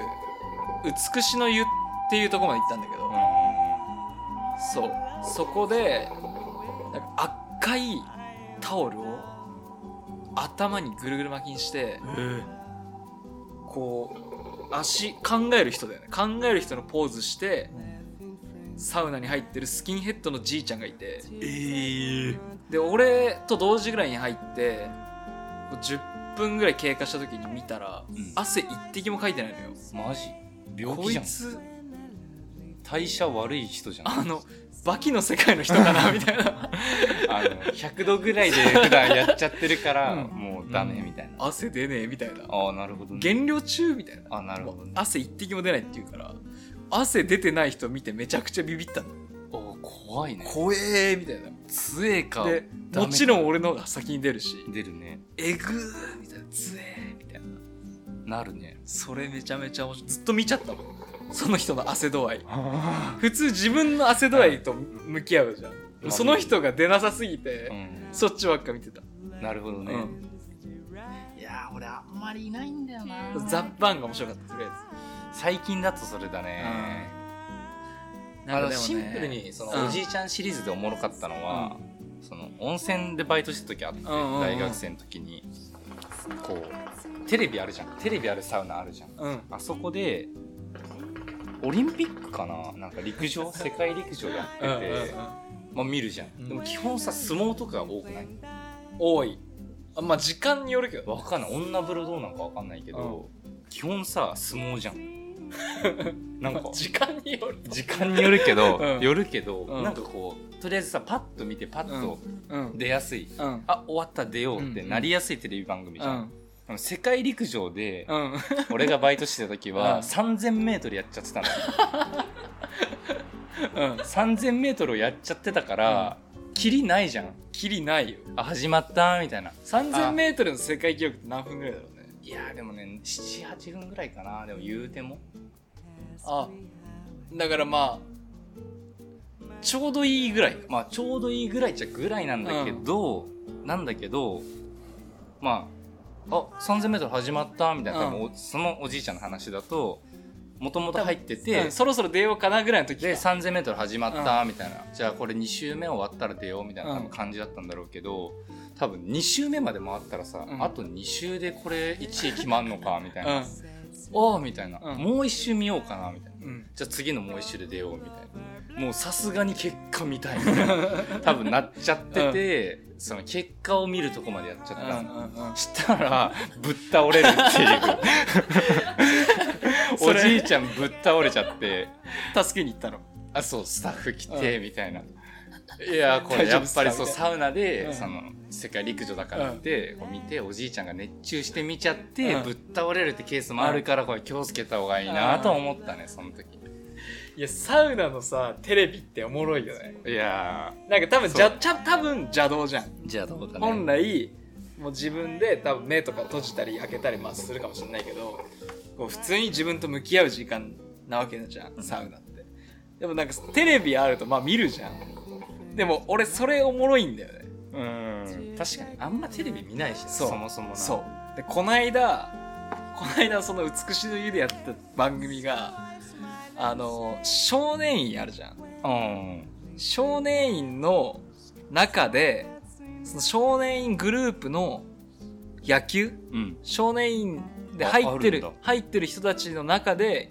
Speaker 2: 美しの湯っていうところまで行ったんだけど、そうそこでなんか赤いタオルを頭にぐるぐる巻きにしてこう足考える人だよね考える人のポーズしてサウナに入ってるスキンヘッドのじいちゃんがいて
Speaker 1: えー、
Speaker 2: で俺と同時ぐらいに入ってこう10分ぐらい経過した時に見たら、
Speaker 1: ん
Speaker 2: 汗一滴もかいてないのよ
Speaker 1: マジ病
Speaker 2: こ
Speaker 1: 気じ
Speaker 2: い
Speaker 1: ゃん
Speaker 2: つ
Speaker 1: 代謝悪い人じゃん
Speaker 2: あのバキの世界の人かなみたいな
Speaker 1: あの100度ぐらいで普段やっちゃってるから、
Speaker 2: うん
Speaker 1: もうダメみたいな、
Speaker 2: 汗出ねえみたいな
Speaker 1: ああなるほどね
Speaker 2: 減量中みたいな
Speaker 1: あなるほどね
Speaker 2: 汗一滴も出ないって言うから汗出てない人見てめちゃくちゃビビったの
Speaker 1: あーこ怖いね
Speaker 2: 怖えーみたいな
Speaker 1: 強えか
Speaker 2: で
Speaker 1: ダメ
Speaker 2: も
Speaker 1: か
Speaker 2: ちろん俺の方が先に出るし
Speaker 1: 出るね
Speaker 2: えぐーみたいなつえーみたいな
Speaker 1: なるね
Speaker 2: それめちゃめちゃ面白いずっと見ちゃったもんその人の汗度合い
Speaker 1: あ
Speaker 2: 普通自分の汗度合いと向き合うじゃん、
Speaker 1: うん
Speaker 2: その人が出なさすぎて、
Speaker 1: う
Speaker 2: そっちばっか見てた、
Speaker 1: ん、なるほどね、
Speaker 2: うん
Speaker 1: いやー俺あんまりいないんだよな
Speaker 2: ザッパンが面白かったとりあ
Speaker 1: 最近だとそれだね、
Speaker 2: えず
Speaker 1: あ
Speaker 2: な
Speaker 1: の
Speaker 2: んかでもね
Speaker 1: シンプルにその、
Speaker 2: うん
Speaker 1: おじいちゃんシリーズでおもろかったのは、その温泉でバイトしてた時あって、
Speaker 2: うんうんうん
Speaker 1: 大学生の時にこうテレビあるじゃんテレビあるサウナあるじゃん
Speaker 2: うん
Speaker 1: あそこでオリンピックかななんか陸 上世界陸上やってて、
Speaker 2: うんうんうん
Speaker 1: まあ、見るじゃん、
Speaker 2: うん
Speaker 1: でも基本さ相撲とかが多くない
Speaker 2: 多いあまあ時間によるけど
Speaker 1: わかんない女風呂どうなんかわかんないけど、基本さ相撲じゃん なんか
Speaker 2: 時間による
Speaker 1: 時間によるけど、
Speaker 2: うん
Speaker 1: よるけど、
Speaker 2: うん
Speaker 1: なんかこうとりあえずさパッと見てパッと
Speaker 2: うん
Speaker 1: 出やすい、
Speaker 2: うん
Speaker 1: あ終わった出ようってなりやすいテレビ番組じ
Speaker 2: う
Speaker 1: ゃん、
Speaker 2: ん
Speaker 1: あの世界陸上で
Speaker 2: うん
Speaker 1: 俺がバイトしてた時
Speaker 2: うん
Speaker 1: は 3000m やっちゃってたの
Speaker 2: うん
Speaker 1: 3000m をやっちゃってたから、キリないじゃん
Speaker 2: きりないよ
Speaker 1: あ始まったみたいな
Speaker 2: 3000m の世界記録って何分ぐらいだろうね
Speaker 1: いやーでもね78分ぐらいかなでも言うても
Speaker 2: あだからまあちょうどいいぐらい
Speaker 1: まあちょうどいいぐらいっちゃぐらいなんだけど、なんだけどまああ 3000m 始まったみたいな、
Speaker 2: うん
Speaker 1: 多分おそのおじいちゃんの話だともともと入ってて、
Speaker 2: うんそろそろ出ようかなぐらいの時
Speaker 1: で
Speaker 2: か
Speaker 1: 3000m 始まったみたいな、じゃあこれ2周目終わったら出ようみたいな多
Speaker 2: うん
Speaker 1: 分感じだったんだろうけど多分2周目まで回ったらさ、
Speaker 2: うん
Speaker 1: あと2周でこれ1位決まんのかみたいな、
Speaker 2: うん
Speaker 1: おおみたいな、
Speaker 2: うん
Speaker 1: もう1周見ようかなみたいな
Speaker 2: うん
Speaker 1: じゃあ次のもう1周で出ようみたいなもうさすがに結果見たいみたい な多分なっちゃってて、その結果を見るとこまでやっちゃった
Speaker 2: うん
Speaker 1: の、
Speaker 2: うんうん
Speaker 1: したらぶっ倒れるって いう
Speaker 2: そ
Speaker 1: お
Speaker 2: れ
Speaker 1: じいちゃんぶっ倒れちゃって
Speaker 2: 助けに行ったの
Speaker 1: あそうスタッフ来
Speaker 2: う
Speaker 1: てみたいな、いやこれ
Speaker 2: 大丈
Speaker 1: や
Speaker 2: 夫っ
Speaker 1: っ
Speaker 2: す
Speaker 1: ぱ
Speaker 2: か
Speaker 1: りそう
Speaker 2: みた
Speaker 1: サウナで、
Speaker 2: うん
Speaker 1: その世界陸上だからって、こう見ておじいちゃんが熱中して見ちゃって、
Speaker 2: うん
Speaker 1: ぶっ倒れるってケースもあるからこれ気をつけた方がいいなと思ったねその時
Speaker 2: いやサウナのさテレビっておもろいよね
Speaker 1: いや
Speaker 2: なんか多分じゃちゃ多分邪道じゃん、
Speaker 1: ーじゃあどうだね
Speaker 2: 本来もう自分で多分目とか閉じたり開けたりまあするかもしれないけどこう普通に自分と向き合う時間なわけじゃんサウナってでもなんかテレビあるとまあ見るじゃんでも俺それおもろいんだよね
Speaker 1: うん確かにあんまテレビ見ないしね
Speaker 2: そう
Speaker 1: そもそもな
Speaker 2: そうでこの間この間その「美しの湯」でやってた番組があの少年院あるじゃん
Speaker 1: うん
Speaker 2: 少年院の中でその少年院グループの野球
Speaker 1: うん
Speaker 2: 少年院で
Speaker 1: あ
Speaker 2: 入って
Speaker 1: ある
Speaker 2: る
Speaker 1: んだ
Speaker 2: 入ってる人たちの中で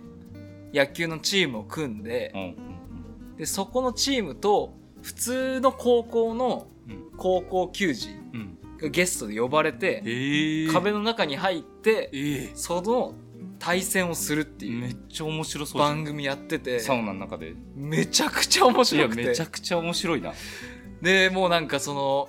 Speaker 2: 野球のチームを組んで
Speaker 1: うん
Speaker 2: でそこのチームと普通の高校の
Speaker 1: うん
Speaker 2: 高校球児
Speaker 1: うん
Speaker 2: がゲストで呼ばれて
Speaker 1: ええ
Speaker 2: 壁
Speaker 1: の
Speaker 2: の中に入って
Speaker 1: え
Speaker 2: その対戦をするって
Speaker 1: え
Speaker 2: い
Speaker 1: め
Speaker 2: う
Speaker 1: っちゃ面白そうじゃん
Speaker 2: 番組やってて
Speaker 1: サウナの中で
Speaker 2: めちゃくちゃ面
Speaker 1: いや
Speaker 2: 白く
Speaker 1: め
Speaker 2: て
Speaker 1: ちゃくちゃ面白いな
Speaker 2: でもうなんかその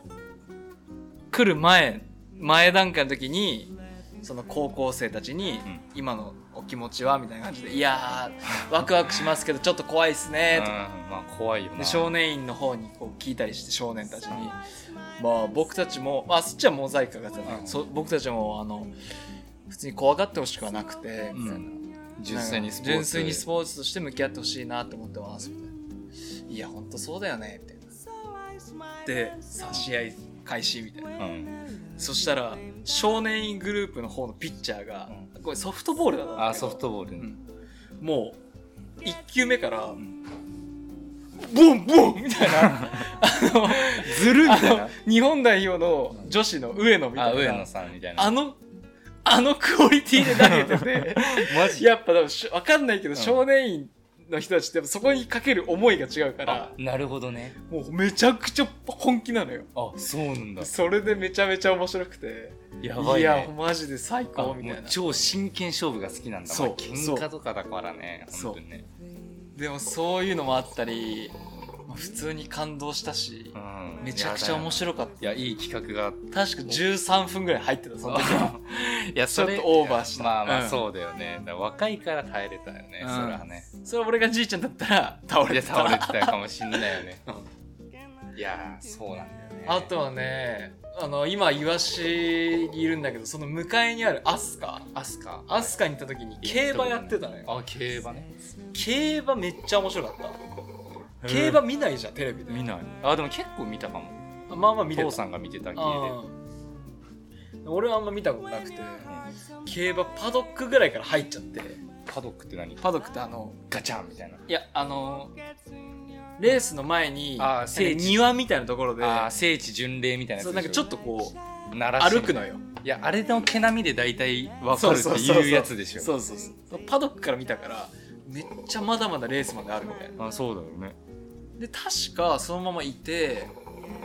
Speaker 2: 来る前前段階の時にその高校生たちに
Speaker 1: うん
Speaker 2: 「今のお気持ちは?」みたいな感じで「いやーワクワクしますけどちょっと怖いっすね」
Speaker 1: うん
Speaker 2: とか
Speaker 1: まあ怖いよな
Speaker 2: で少年院の方にこう聞いたりして少年たちに「まあ僕たちも、まあ、そっちはモザイクかかってたね
Speaker 1: うん
Speaker 2: そ僕たちもあの普通に怖がってほしくはなくて」みたいな。
Speaker 1: 純粋にスポーツ
Speaker 2: 純粋にスポーツとして向き合ってほしいなと思ってますみたいないやほんとそうだよねみたいなで差し合い開始みたいな
Speaker 1: うん、
Speaker 2: そしたら少年院グループの方のピッチャーが、これソフトボールだったんだけど
Speaker 1: あソフトボール、ね
Speaker 2: もう1球目から、ボンボンみたい な
Speaker 1: ずるみ
Speaker 2: あの日本代表の女子の上野みた
Speaker 1: あ
Speaker 2: い
Speaker 1: 上
Speaker 2: な
Speaker 1: 野さんみたいな
Speaker 2: あのあのクオリティで投げてて
Speaker 1: マジ
Speaker 2: やっぱでもしわかんないけど、
Speaker 1: ん
Speaker 2: 少年院の人たちってそこにかける思いが違うから
Speaker 1: あ、なるほどね
Speaker 2: もうめちゃくちゃ本気なのよ。
Speaker 1: あそうなんだ
Speaker 2: それでめちゃめちゃ面白くて、
Speaker 1: やばい,、ね、
Speaker 2: や、マジで最高
Speaker 1: あ
Speaker 2: みたい
Speaker 1: も
Speaker 2: な
Speaker 1: う。超真剣勝負が好きなんだ
Speaker 2: そう
Speaker 1: まあ喧嘩とかだからね
Speaker 2: そ
Speaker 1: 本
Speaker 2: う
Speaker 1: 当にね
Speaker 2: でもそういうのもあったり、まあ普通に感動したし、
Speaker 1: ん
Speaker 2: めちゃくちゃ面白かった。
Speaker 1: いやいい企画があっ
Speaker 2: 確か13分ぐらい入ってた、その時は。
Speaker 1: たいや
Speaker 2: ちょっとオーバーした
Speaker 1: まあま
Speaker 2: うん
Speaker 1: あそうだよね、だから若いから耐えれたよね、
Speaker 2: うん
Speaker 1: それはね
Speaker 4: それは俺がじいちゃんだったら倒れ
Speaker 1: で
Speaker 4: てた
Speaker 1: 倒れてたかもしんないよ ねいやーそうなんだよね
Speaker 2: あとはねあの今イワシにいるんだけどその向かいにあるアスカ
Speaker 1: アスカ
Speaker 2: アスカに行った時に競馬やってたのよ
Speaker 1: あ競馬ね
Speaker 2: 競馬めっちゃ面白かった競馬見ないじゃんテレビで
Speaker 1: 見ないあでも結構見たかも
Speaker 2: まあまあ見てた
Speaker 1: 父さんが見てた家で
Speaker 2: うん俺はあんま見たことなくて競馬パドックぐらいから入っちゃって
Speaker 1: パドックって何
Speaker 2: パドックってあの
Speaker 1: ガチャンみたいない
Speaker 2: やあのレースの前に
Speaker 1: あー聖地
Speaker 2: 庭みたいなところで
Speaker 1: あー聖地巡礼みたいな
Speaker 2: そうなんかちょっとこう
Speaker 1: と鳴
Speaker 2: 歩くのよ
Speaker 1: いやあれの毛並みで大体わか
Speaker 2: そう
Speaker 1: るって
Speaker 2: そうそう
Speaker 1: いうやつでしょ
Speaker 2: そうそうそうパドックから見たからめっちゃまだまだレースまであるみたいな
Speaker 1: あそうだよね
Speaker 2: で確かそのままいて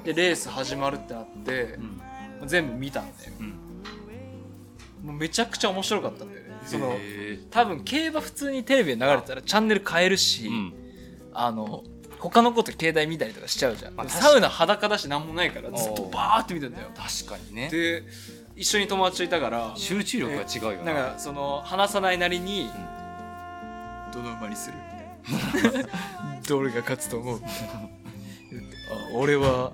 Speaker 2: でレース始まるってなって
Speaker 1: うん
Speaker 2: 全部見たんだよ
Speaker 1: うん
Speaker 2: もうめちゃくちゃ面白かったんだよねその
Speaker 1: へー
Speaker 2: 多分競馬普通にテレビで流れてたらチャンネル変えるし、
Speaker 1: うん
Speaker 2: あの他のこと携帯見たりとかしちゃうじゃん、
Speaker 1: まあ確か
Speaker 2: サウナ裸だし何もないからずっと
Speaker 1: おー
Speaker 2: バーって見てんだよ
Speaker 1: 確かにね
Speaker 2: で一緒に友達といたから
Speaker 1: 集中力が違うよ
Speaker 2: なんかその話さないなりに
Speaker 4: どの馬にする どれが勝つと思うあ俺は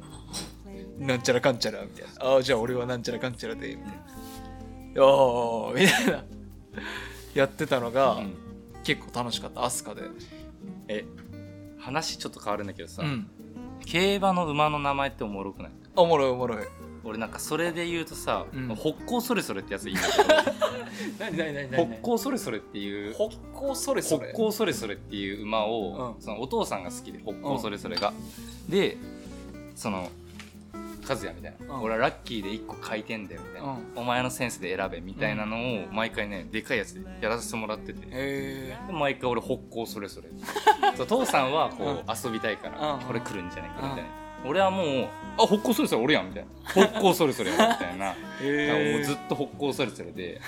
Speaker 4: なんちゃらかんちゃらみたいなあじゃあ俺はなんちゃらかんちゃらでみたいなおーみたいなやってたのが、
Speaker 1: うん
Speaker 4: 結構楽しかったアスカで
Speaker 1: え話ちょっと変わるんだけどさ、
Speaker 4: うん
Speaker 1: 競馬の馬の名前っておもろくない
Speaker 4: おもろいおもろい
Speaker 1: 俺なんかそれで言うとさ、
Speaker 4: うん
Speaker 1: 北港それそれってやついいんだ
Speaker 2: 何何何
Speaker 1: けど北港それそれっていう
Speaker 2: 北港それそ
Speaker 1: 北
Speaker 2: れ
Speaker 1: 港それそれっていう馬を、
Speaker 2: うん
Speaker 1: そのお父さんが好きで北港それそれが、でその和也みたいな、
Speaker 2: うん
Speaker 1: 俺はラッキーで1個回転だよみたいな、
Speaker 2: うん
Speaker 1: お前のセンスで選べみたいなのを毎回ねでかいやつでやらせてもらってて、
Speaker 2: へ
Speaker 1: で毎回俺北港それそれ そう父さんはこう遊びたいから、
Speaker 2: うん
Speaker 1: これ来るんじゃないかみたいな、俺はもうあ北港それそれ俺やんみたいな北港それそれやみたいなもうずっと北港それそれで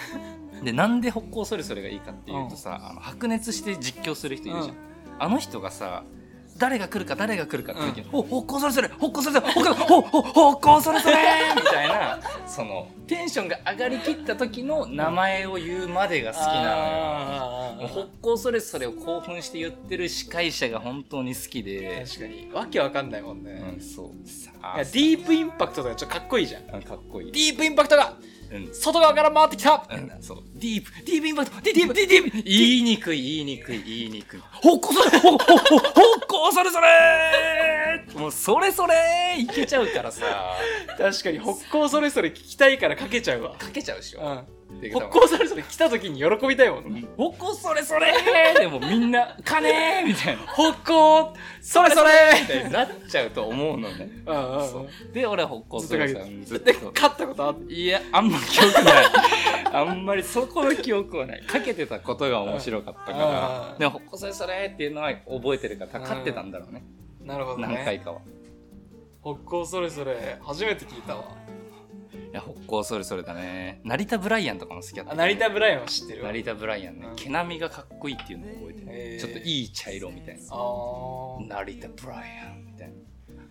Speaker 1: でなんで北港それそれがいいかっていうとさ、あの白熱して実況する人いるじゃん、
Speaker 2: う
Speaker 1: あの人がさ誰が来るか誰が来るかって時に、お北港それそれ北港それそれ北港おお北港それそれみたいなそのテンションが上がりきった時の名前を言うまでが好きなのよ。
Speaker 2: な
Speaker 1: もう北港それそれを興奮して言ってる司会者が本当に好きで、
Speaker 2: 確かにわけわかんないもんね、
Speaker 1: うん、
Speaker 2: い
Speaker 1: そうさあ
Speaker 2: やディープインパクトとかちょっとかっこいいじゃんデ
Speaker 1: あかっこいい、
Speaker 2: ィープインパクトが
Speaker 1: うん
Speaker 2: 外側から回ってきた
Speaker 1: うんそうディープディープインパクトディープディープディープ言いにくい言いにくい言いにくい
Speaker 4: ほっこそれほっほっほっこそれそれ
Speaker 1: もうそれそれいけちゃうからさ
Speaker 2: 確かに北港それそれ聞きたいからかけちゃうわ
Speaker 1: かけちゃうでしょ、
Speaker 2: う
Speaker 1: で
Speaker 2: ん北港それそれ来た時に喜びたいもんね
Speaker 1: 北港それそれでもみんな「金!」みたいな
Speaker 2: 北港それそ
Speaker 1: み
Speaker 2: れ
Speaker 1: たいになっちゃうと思うのね
Speaker 2: うんうんうん
Speaker 1: で俺は北港それそれうんずっ
Speaker 2: で
Speaker 1: と
Speaker 2: 勝ったことあっ
Speaker 1: いや、あんま記憶ない。あんまりそこの記憶はない。かけてたことが面白かったか
Speaker 2: う
Speaker 1: ら。
Speaker 2: ん
Speaker 1: でも、ほっこそれそれっていうのは覚えてるから、勝ってたんだろうね。
Speaker 2: なるほど
Speaker 1: 何回
Speaker 2: ね
Speaker 1: かは。
Speaker 2: 北港それそれ初めて聞いたわ
Speaker 1: いや、ほっこそれそれだね。成田ブライアンとかも好きだった。
Speaker 2: あ成田ブライアンは知ってるわ
Speaker 1: 成田ブライアンね
Speaker 2: うん。
Speaker 1: 毛並みがかっこいいっていうのを覚えて
Speaker 2: へ
Speaker 1: る。
Speaker 2: ー
Speaker 1: ちょっといい茶色みたい
Speaker 2: あ
Speaker 1: な。
Speaker 2: ー
Speaker 1: 成田ブライアンみたい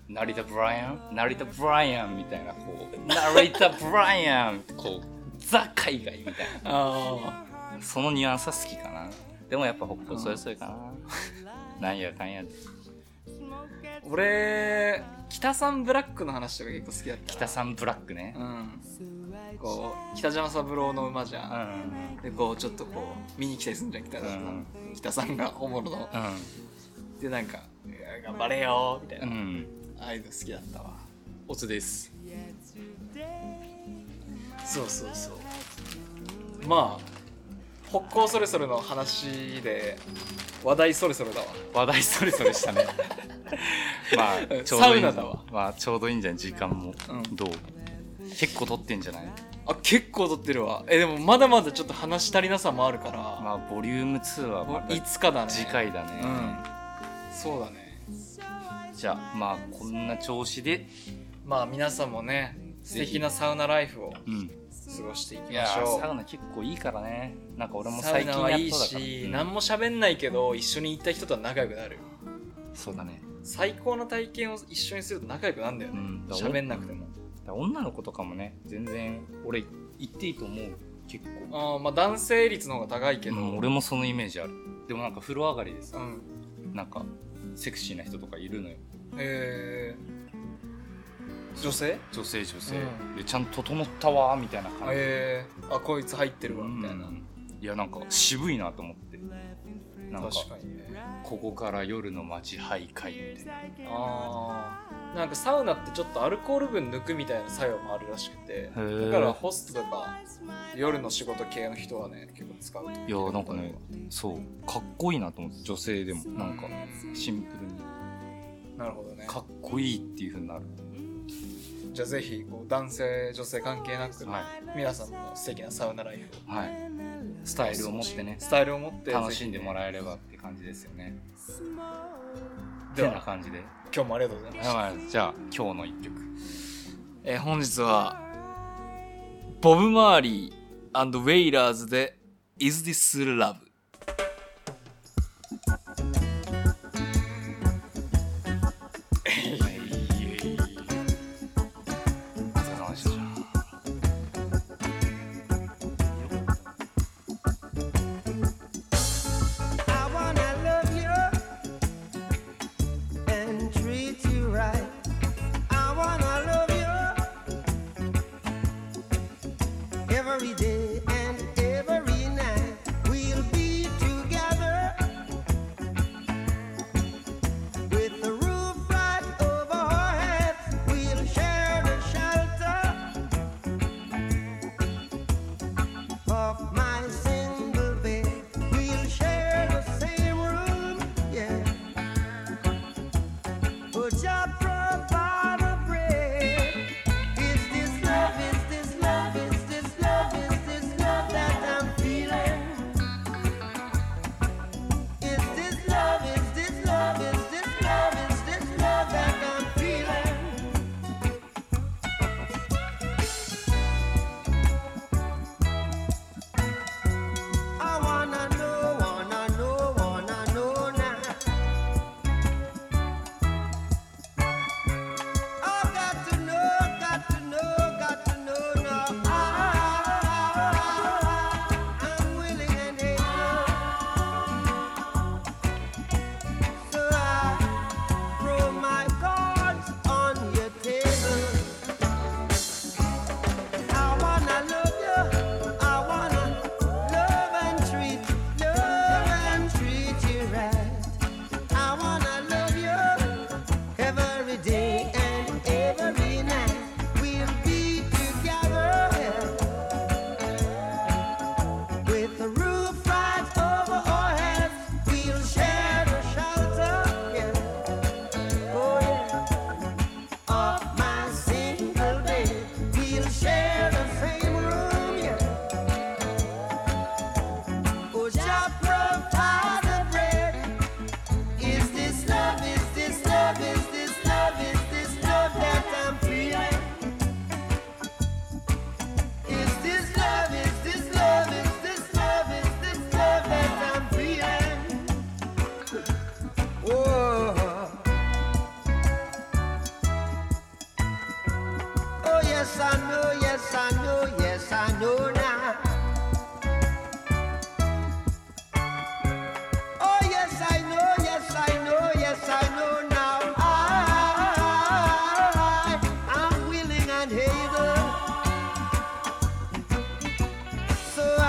Speaker 1: な。成田ブライアン成田ブライアンみたいな、こう、成田ブライアンこう、ザ海外みたいな。
Speaker 2: あ
Speaker 1: そのニュアンスは好きかな。でもやっぱ北方それそれかな。なんやかんやで。
Speaker 2: ー俺北さんブラックの話とか結構好きだった
Speaker 1: 北さんブラックね。
Speaker 2: うんこう北島三郎の馬じゃ、
Speaker 1: うんん。
Speaker 2: でこうちょっとこう見に来たりするんじゃん北さん、
Speaker 1: うん
Speaker 2: 北さんが本物の
Speaker 1: う
Speaker 2: でなんかいや「頑張れよ」みたいな、
Speaker 1: ん。うん。
Speaker 2: ああいうの好きだったわおつですそうそうそうまあ北港それそれの話で話題それそれだわ
Speaker 1: 話題それそれ したね。ま
Speaker 2: う
Speaker 1: あ、
Speaker 2: ん
Speaker 1: ちょうどいい。
Speaker 2: サウナだわ
Speaker 1: まあ、ちょうどいいんじゃない時間も。
Speaker 2: うん
Speaker 1: どう結構取ってんじゃない
Speaker 2: あ結構撮ってるわえでもまだまだちょっと話し足りなさもあるから、
Speaker 1: まあ、ボリューム2はま
Speaker 2: い
Speaker 1: た
Speaker 2: つかだね
Speaker 1: 次回だ
Speaker 2: う
Speaker 1: ね。
Speaker 2: んそうだね
Speaker 1: じゃあ、まあ、こんな調子で。
Speaker 2: まあ皆さんもね素敵なサウナライフを
Speaker 1: うん。
Speaker 2: 過ごしていき
Speaker 1: い
Speaker 2: ま
Speaker 1: や
Speaker 2: しょ
Speaker 1: ー、サウ
Speaker 2: う
Speaker 1: ナ結構いいからね。なんか俺も
Speaker 2: サウ
Speaker 1: 最近
Speaker 2: ナ
Speaker 1: やっとだか
Speaker 2: は
Speaker 1: ら。
Speaker 2: いいし、
Speaker 1: うん
Speaker 2: 何も喋んないけど一緒に行った人とは仲良くなる
Speaker 1: そうだね。
Speaker 2: 最高の体験を一緒にすると仲良くなるんだよ
Speaker 1: う
Speaker 2: ね
Speaker 1: ん。
Speaker 2: 喋、ん、なくても
Speaker 1: だから女の子とかもね全然俺行っていいと思う結構、
Speaker 2: あーまあ男性率の方が高いけど、
Speaker 1: うん俺もそのイメージあるでもなんか風呂上がりで
Speaker 2: う
Speaker 1: さ、
Speaker 2: ん
Speaker 1: なんかセクシーな人とかいるのよ
Speaker 2: えー、女性
Speaker 1: 女性女性、
Speaker 2: う
Speaker 1: でちゃんと整ったわーみたいな感じ、
Speaker 2: えー、あこいつ入ってるわみ
Speaker 1: み
Speaker 2: た
Speaker 1: た
Speaker 2: い
Speaker 1: い
Speaker 2: な、
Speaker 1: な、いやなんか渋いなと思ってなんか
Speaker 2: 確かにね
Speaker 1: ここから夜の街徘徊みたいな
Speaker 2: あーなんかサウナってちょっとアルコール分抜くみたいな作用もあるらしくて
Speaker 1: へえ
Speaker 2: だからホストとか夜の仕事系の人はね結構使う
Speaker 1: いやなんかねそうかっこいいなと思って女性でもなんかシンプルに
Speaker 2: なるほどね
Speaker 1: かっこいいっていうふうになる
Speaker 2: じゃあぜひこう男性女性関係なく、
Speaker 1: はい
Speaker 2: 皆さんも素敵なサウナライフ
Speaker 1: はいスタイルを持ってね
Speaker 2: スタイルを持って
Speaker 1: 楽しんでも
Speaker 2: ら
Speaker 1: らえればって感じですよね
Speaker 2: で
Speaker 1: てな
Speaker 2: は
Speaker 1: 感じで
Speaker 2: 今日もありがとうございました、
Speaker 1: はいじゃあ今日の一曲
Speaker 4: えー本日はボブ・マーリーウェイラーズで「Is This Love」
Speaker 1: はいお疲れ様でした
Speaker 5: I wanna love you and treat you right. I wanna love you every day and every night. We'll be together with the roof right over our heads. We'll share the shelter of my single bed. We'll share the same room, yeah. But just provide a break. Is this love? Is this love? Is this love? Is this love that I'm feeling? Is this love? Is this love? Is this love? Is this love that I'm feeling? I wanna know, wanna know, wanna know now. Oh, got to know, got to know, got to know now. I'm willing and able, so I throw my cards on your table. I wanna love you. I wanna love and treat, love and treat you right. I wanna love you every day and every night. We'll be together with the roof right over our heads. We'll share the shelter. Oh yeah of my single bed. We'll share the same room, yeah. Oh, Jah provide the bread. Is this love? Is this love? Is this love? Is this love that I'm feeling? Is this love? Is this love? Is this love? Is this love that I'm feeling? Whoa. Oh yes I know, yes I know, yes I know now. Oh yes I know, yes I know, yes I know now. I, I'm willing and able, so I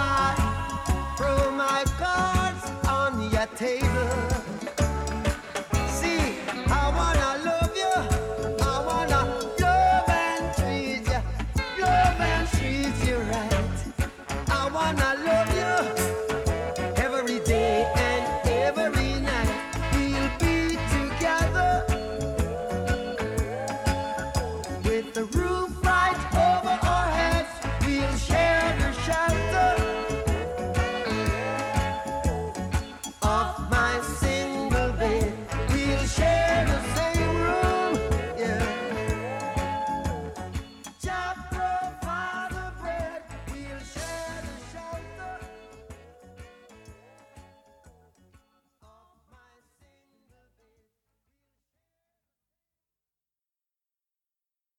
Speaker 5: throw my cards on your table.